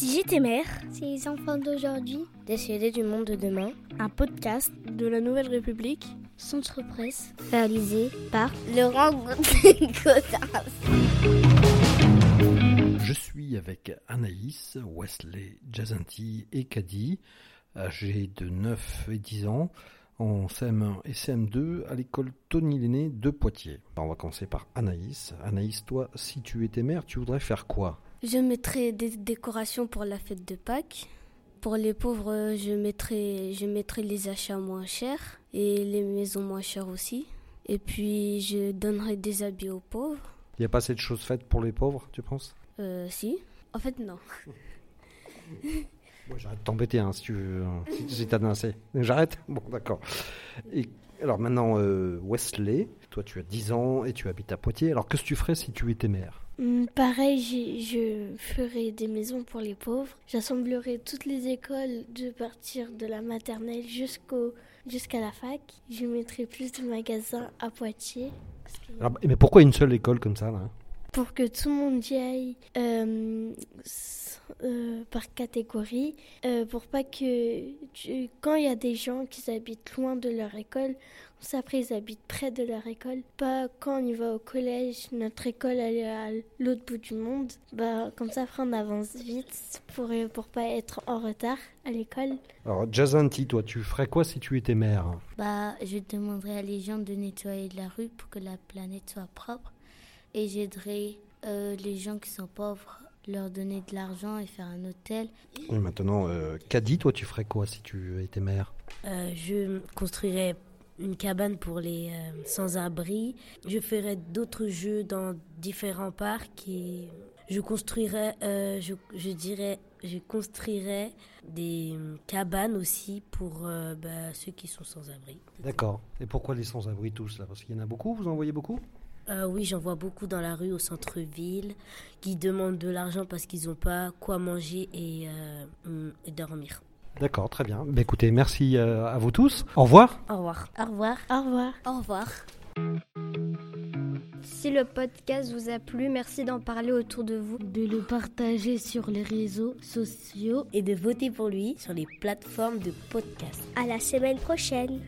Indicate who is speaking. Speaker 1: Minute et Mère,
Speaker 2: C'est les enfants d'aujourd'hui,
Speaker 1: Décédés du monde de demain, un podcast de la Nouvelle République,
Speaker 2: Centre Presse, réalisé par
Speaker 1: Laurent Gaudin.
Speaker 3: Je suis avec Anaïs, Wesley, Jazanti et Caddy, âgés de 9 et 10 ans, en CM1 et CM2 à l'école Tony Lenné de Poitiers. Bah, On va commencer par Anaïs. Anaïs, toi, si tu étais mère, tu voudrais faire quoi
Speaker 4: Je mettrai des décorations pour la fête de Pâques. Pour les pauvres, euh, je mettrai, je mettrai les achats moins chers et les maisons moins chères aussi. Et puis je donnerai des habits aux pauvres.
Speaker 3: Il n'y a pas assez de choses faites pour les pauvres, tu penses
Speaker 4: Euh, si. En fait, non.
Speaker 3: Moi, j'arrête de t'embêter hein, si tu veux, hein, si- si t'as assez. J'arrête Bon, d'accord. Et alors maintenant, euh, Wesley, toi, tu as 10 ans et tu habites à Poitiers. Alors, qu'est-ce que tu ferais si tu étais mère
Speaker 2: Hum, pareil, j'ai- je ferai des maisons pour les pauvres. J'assemblerai toutes les écoles de partir de la maternelle jusqu'au jusqu'à la fac. Je mettrai plus de magasins à Poitiers parce que-
Speaker 3: Alors, Mais pourquoi une seule école comme ça là
Speaker 2: pour que tout le monde y aille euh, s- euh, par catégorie, euh, pour pas que tu- quand il y a des gens qui habitent loin de leur école, on s'appelle ils habitent près de leur école. Pas quand on y va au collège, notre école elle est à l'autre bout du monde. Bah comme ça après on avance vite pour euh, pour pas être en retard à l'école.
Speaker 3: Alors, Jazanti, toi, tu ferais quoi si tu étais mère
Speaker 5: Bah, je demanderai à les gens de nettoyer la rue pour que la planète soit propre et j'aiderai euh, les gens qui sont pauvres, leur donner de l'argent et faire un hôtel.
Speaker 3: Et maintenant, euh, Caddy, toi, tu ferais quoi si tu étais mère
Speaker 6: Euh, je construirais une cabane pour les euh, sans-abri. Je ferais d'autres jeux dans différents parcs et je construirais, euh, je, je dirais, je construirais des euh, cabanes aussi pour euh, bah, ceux qui sont sans-abri.
Speaker 3: D'accord. Et pourquoi les sans-abri tous là Parce qu'il y en a beaucoup, vous en voyez beaucoup
Speaker 6: Euh, oui, j'en vois beaucoup dans la rue, au centre-ville, qui demandent de l'argent parce qu'ils n'ont pas quoi manger et, euh, hum, et dormir.
Speaker 3: D'accord, très bien. Bah, écoutez, merci euh, à vous tous. Au revoir.
Speaker 6: Au revoir.
Speaker 5: Au revoir.
Speaker 2: Au revoir.
Speaker 5: Au revoir.
Speaker 7: Si le podcast vous a plu, merci d'en parler autour de vous.
Speaker 5: De le partager sur les réseaux sociaux
Speaker 6: et de voter pour lui sur les plateformes de podcast.
Speaker 2: À la semaine prochaine.